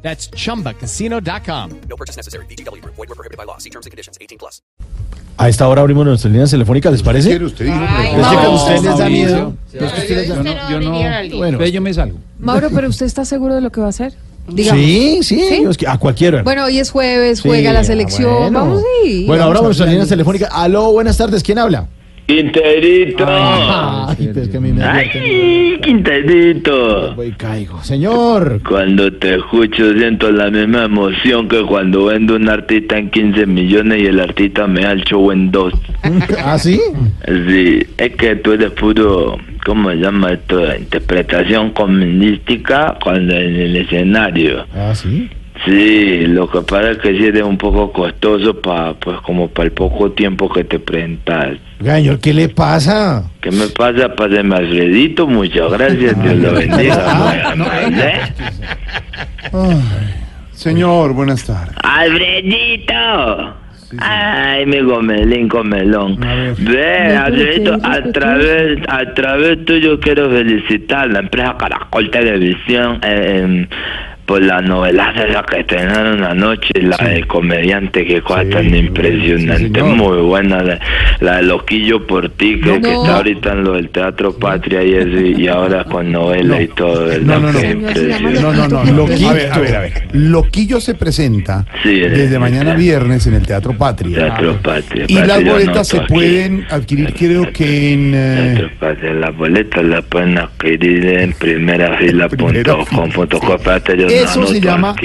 That's chumbacasino.com. No purchase necessary. BGW. Void were prohibited by law. See terms and conditions. 18 plus. A esta hora abrimos nuestras líneas telefónicas, ¿les parece? Pero usted dijo, Ay, pero- Es que no. como ustedes les da miedo. Pero Yo usted no, no yo no. diría a alguien. Bueno, Ve, yo me salgo. Mauro, pero usted está seguro de lo que va a hacer? Digamos. sí, sí, es que a cualquier hora. Bueno, hoy es jueves, Sí, juega la ah, selección. bueno. Vamos sí. Bueno, ahora vamos vamos a las líneas telefónicas. Aló, buenas tardes, ¿quién habla? Quinterito. Ay, pero es que a mí me advierten. Ay, Quinterito. Voy y caigo. Señor, Cuando te escucho siento la misma emoción que cuando vendo un artista en 15 millones y el artista me da el show en dos. ¿ah, sí? Sí, es que tú eres puro, ¿cómo se llama esto? Interpretación comunística cuando en el escenario. Ah, sí. Sí, lo que pasa es que sí eres un poco costoso para, pues como para el poco tiempo que te presentas. Señor, ¿qué le pasa? ¿Qué me pasa? Pásame Alfredito, muchas gracias, Dios lo bendiga. ¿eh? muy amable. Señor, buenas tardes. ¡Alfredito! Ay, mi gomelín, gomelón. Ve, No, pero qué Alfredito, a irrespetuoso. través, a través tuyo quiero felicitar a la empresa Caracol Televisión eh, em, por la novela esa que estrenaron anoche, la del comediante, que cosa Sí, tan sí, impresionante. señor. Muy buena, la, la de Loquillo por ti, que, No. que está ahorita en lo del Teatro Patria y eso, y ahora con novela y todo, ¿verdad? No, no, no. Qué Señor, se llama impresionante. No, no, no. Loquito. Loquillo, a ver, a ver, a ver. Loquillo se presenta Sí, eh, desde mañana eh, viernes en el Teatro Patria. Teatro Patria. Y las Patria, yo boletas anoto se aquí. pueden adquirir, creo que en. eh, de las boletas las pueden adquirir en primera eso se llama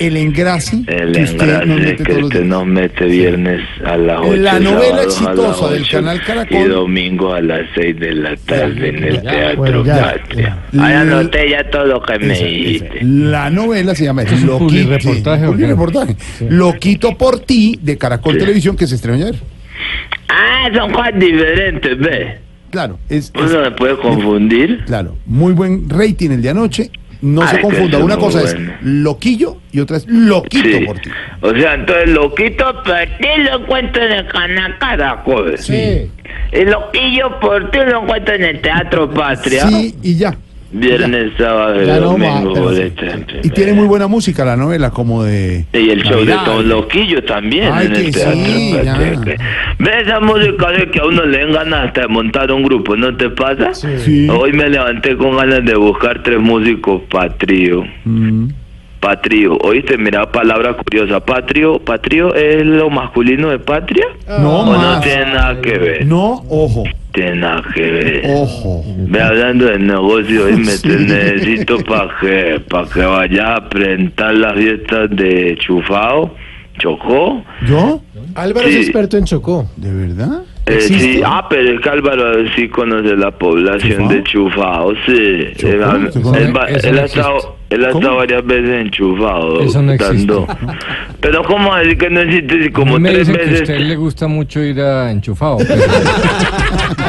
el engrase el que usted nos enlace mete que todos los usted días. nos mete viernes a las 8 La novela exitosa del canal Caracol. y domingo a las 6 de la tarde en el teatro bueno, ya, Patria. ya. Ahí anoté ya todo lo que me Esa, dijiste. esa. La novela se llama un Loquito, publirreportaje, sí, ¿o qué? publirreportaje. Loquito por ti de Caracol Sí. Televisión que se estrenó ayer. Ah, son cosas diferentes, ve. Claro, es, es- Uno se puede confundir. Claro, muy buen rating el de anoche. No Ay, se que confunda, eso una Ah, es cosa muy es bueno. loquillo y otra es loquito Sí. por ti. O sea, entonces loquito por ti lo encuentro en el canal Caracol. Eh, Sí. El loquillo Eh, por ti lo encuentro en el Teatro Patria. Sí, y ya. Viernes, sábado y Ya no domingo. mata, boleta en Y primera. tiene muy buena música la novela, como de. Y el show Navidad. de Don Loquillo también Ay, en que el Teatro sí, Patria. ya. que- Ve esa música de que a uno le den ganas hasta de montar un grupo, ¿no te pasa? Sí. Hoy me levanté con ganas de buscar tres músicos patrio. Mm. Patrio, oíste, mira palabra curiosa. Patrio, patrio es lo masculino de patria. No, O no más. tiene nada que ver. No No, ojo, tiene nada que ver. ojo. Ve hablando de negocio y me Sí. te necesito para que, pa que vaya a presentar las fiestas de Chufao, Chocó. ¿Yo? Álvaro Sí. es experto en Chocó. ¿De verdad? Eh, ¿Existe? sí, ah, pero es que Álvaro sí conoce la población de Chufao, sí. Chufao, Él ha- Chufao. él va- Eso Él no ha estado él ha ¿Cómo? estado varias veces en Chufao. Eso no dando- Pero ¿cómo decir que no existe si como me tres dicen que a usted veces? le gusta mucho ir a Enchufado. Pero,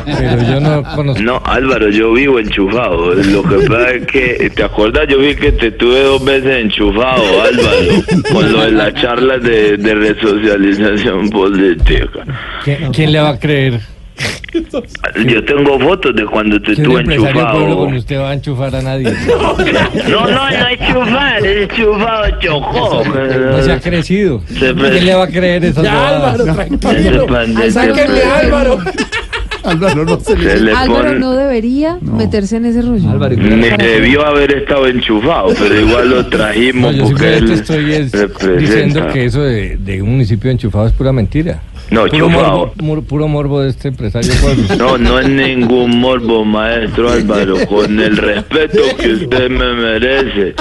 pero yo no conozco. No, Álvaro, yo vivo enchufado. Lo que pasa es que, ¿te acuerdas? Yo vi que te tuve dos veces enchufado, Álvaro, con lo de las charlas de, de resocialización política. ¿Quién, quién le va a creer? Yo tengo fotos de cuando te Que un tuve empresario del pueblo enchufado. con usted va a enchufar a nadie. No, no, no es chufado, es chufado chocó. No se ha crecido. Se pre- ¿Quién le va a creer esas bobadas? Ese pan de- se- Álvaro, no se se le. le Álvaro pone- no debería meterse en ese rollo. Ni debió haber estado enchufado, pero igual lo No, trajimos yo porque él simplemente estoy es representa. diciendo que eso de, de un municipio enchufado es pura mentira. No, Puro chufado. morbo, mur- puro morbo de este empresario pueblo. No, no es ningún morbo, maestro Álvaro, con el respeto que usted me merece.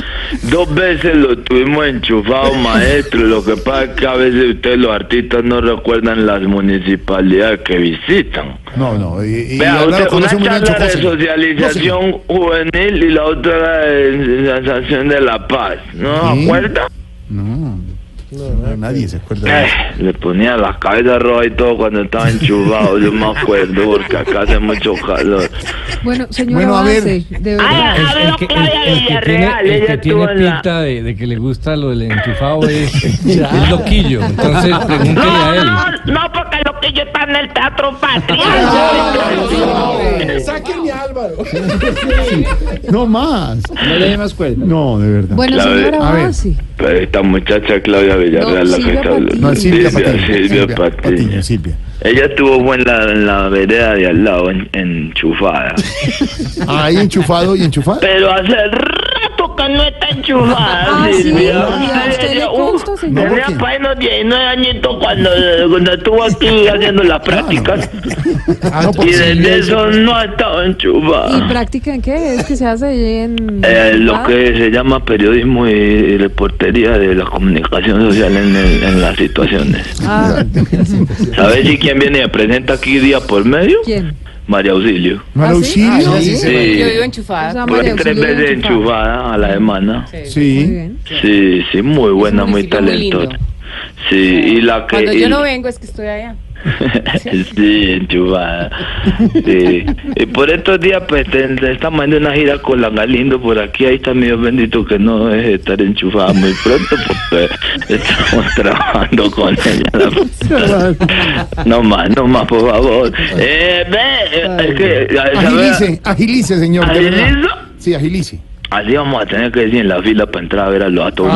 Dos veces lo tuvimos enchufado, maestro. Lo que pasa es que a veces ustedes, los artistas, no recuerdan las municipalidades que visitan. No, no. Y, y Vea, Álvaro usted, una conoce muy bien charla Chocó, de señor. socialización juvenil y la otra era de sensación de la paz. ¿No Sí. acuerda? No, No, nadie se acuerda de Eh, eso. le ponía la cabeza roja y todo cuando estaba enchufado. Yo me acuerdo porque acá hace mucho calor. Bueno, señor, Bueno, a ver. avance, de Ah, verdad. El, el que, el- el que tiene, el que tiene pinta de, de que le gusta lo del enchufado es, es loquillo. Entonces pregúntele a él. No, no, porque lo que yo está en el teatro patria. Ah, No más. No le dé más cuerda. No, de verdad. Bueno, La señor, de- a ver. avance. Pero Eh, esta muchacha Claudia No, Villarreal, la que Silvia está hablando. Patiño. No, Silvia, Patiño. Silvia Patiño. Silvia. Ella estuvo fue en la, en la vereda de al lado, en- enchufada. Ahí enchufado y enchufado. Pero hace rato que no está enchufada. Ah, sí, Silvia. ¿a usted le Uf, uh, consta, señor? Tenía No, ¿por qué? apenas 19 añitos cuando, cuando estuvo aquí haciendo las prácticas. Ah, no, por Y Y Silvia. desde eso no ha estado ¿Y enchufada. práctica en qué? ¿Es que se hace ahí en...? Eh, lo Ah, que se llama periodismo y, y reportería de la comunicación social en, el- en las situaciones. Ah, ¿Sabes si quién viene y presenta aquí día por medio? ¿quién? María Auxilio. ¿Mal ¿Ah, sí? auxilio? Ah, sí. sí, Sí. Yo vivo O sea, enchufada. Fue María tres Auxilio veces enchufada a la semana. Muy bien. Sí, sí, muy buena, muy municipio muy talentosa. lindo. Sí, y la que... Cuando y- yo no vengo es que estoy allá. sí, enchufada. Sí. Y por estos días, pues, te- te estamos haciendo una gira con la Galindo por aquí. Ahí está mi Dios bendito que no deje de estar enchufada muy pronto porque estamos trabajando con ella. No más, no más, por favor. Eh, ve, eh, es que... a- ¿sabe? Agilice, agilice, señor. de verdad. ¿Agilizo? Sí, agilice. Así vamos a tener que decir en la fila para entrar a ver a los atos.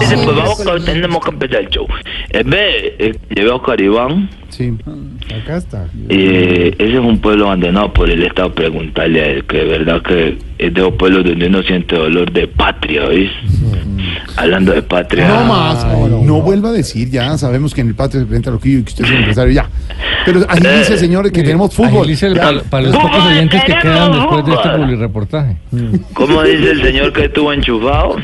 Dice, pues vamos que tenemos que empezar el show. Eh, ve, eh, llevé a Oscar Iván. Sí. Acá está. Eh, ese es un pueblo abandonado por el Estado. Preguntarle a él, que de verdad que es de los pueblos donde uno siente dolor de patria, ¿oís? Hablando de patria. No más. no vuelva a decir, ya sabemos que en el patio se presenta lo que yo, que usted es un empresario, ya. Pero agilice, Eh, señores, que tenemos fútbol. Agilice el- Ya. para, para los pocos oyentes que quedan después de este publireportaje. ¿Cómo dice el señor que estuvo enchufado?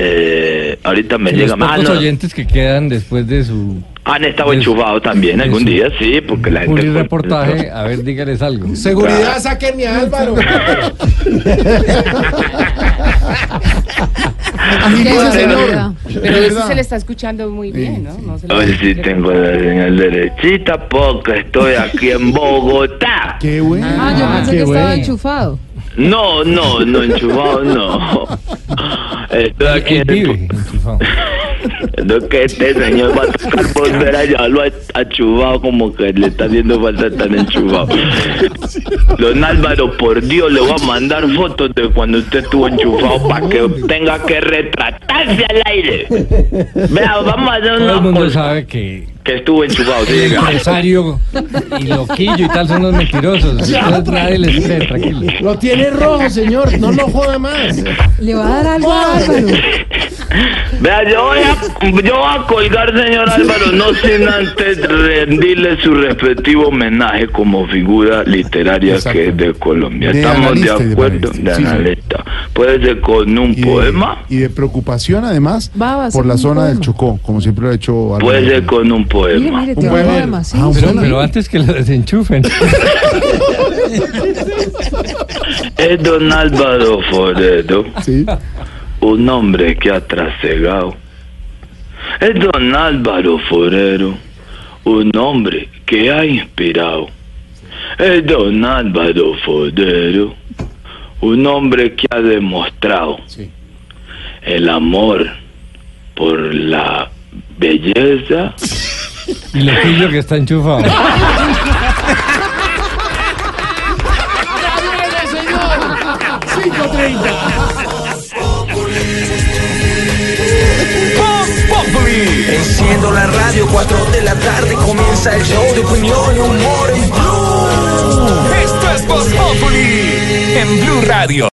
Eh, ahorita me Los llega más. pocos oyentes que quedan después de su Han estado Eso. enchufados también algún Eso. día, sí, porque la gente. publireportaje, a ver, dígales algo. Seguridad, sáquenme a Álvaro. Agilice, Qué señor. barbaridad. Pero eso se le está escuchando muy bien, ¿no? no se le- Hoy sí tengo la señal derechita porque estoy aquí en Bogotá. Qué bueno. Ah, yo pensé qué que estaba bueno. enchufado. No, no, no enchufado, no. Estoy aquí Él en vive enchufado. No que este señor va a tocar volver a llevarlo a- a chubao como que le está haciendo falta tan enchufado. Don Álvaro, por Dios, le voy a mandar fotos de cuando usted estuvo enchufado para que tenga que retratarse al aire. Vea, vamos a hacer Todo el una mundo cosa sabe que que estuvo enchufado. sí, el diga. empresario y loquillo y tal son los mentirosos. Entonces nadie les cree, tranquilo. Lo tiene rojo, señor. No lo joda más. Le va a dar algo a Álvaro. Vea, yo voy, a, yo voy a colgar, señor Álvaro, no sin antes rendirle su respectivo homenaje como figura literaria Exacto. que es de Colombia. De Estamos de analista y de acuerdo, panelista. de Sí, sí. analista. Puede ser con un Y de- poema, Y de preocupación, además, Va, va a ser por la un zona del poema. Chocó, como siempre lo ha hecho Álvaro. puede ser con un Mire, poema. mire, Un te va a buen- dar más. Sí, Ah, un sí. Pero, pero antes que lo desenchufen. Es don Álvaro Forero, Sí. un hombre que ha trasegado. Es don Álvaro Forero, un hombre que ha inspirado. Es don Álvaro Forero, un hombre que ha demostrado Sí. el amor por la belleza. Y loquillo que está enchufado. Ah, Enciendo la radio, 4 de la tarde comienza el show de opinión y humor en Blue. Esto es Voz Populi en Blue Radio.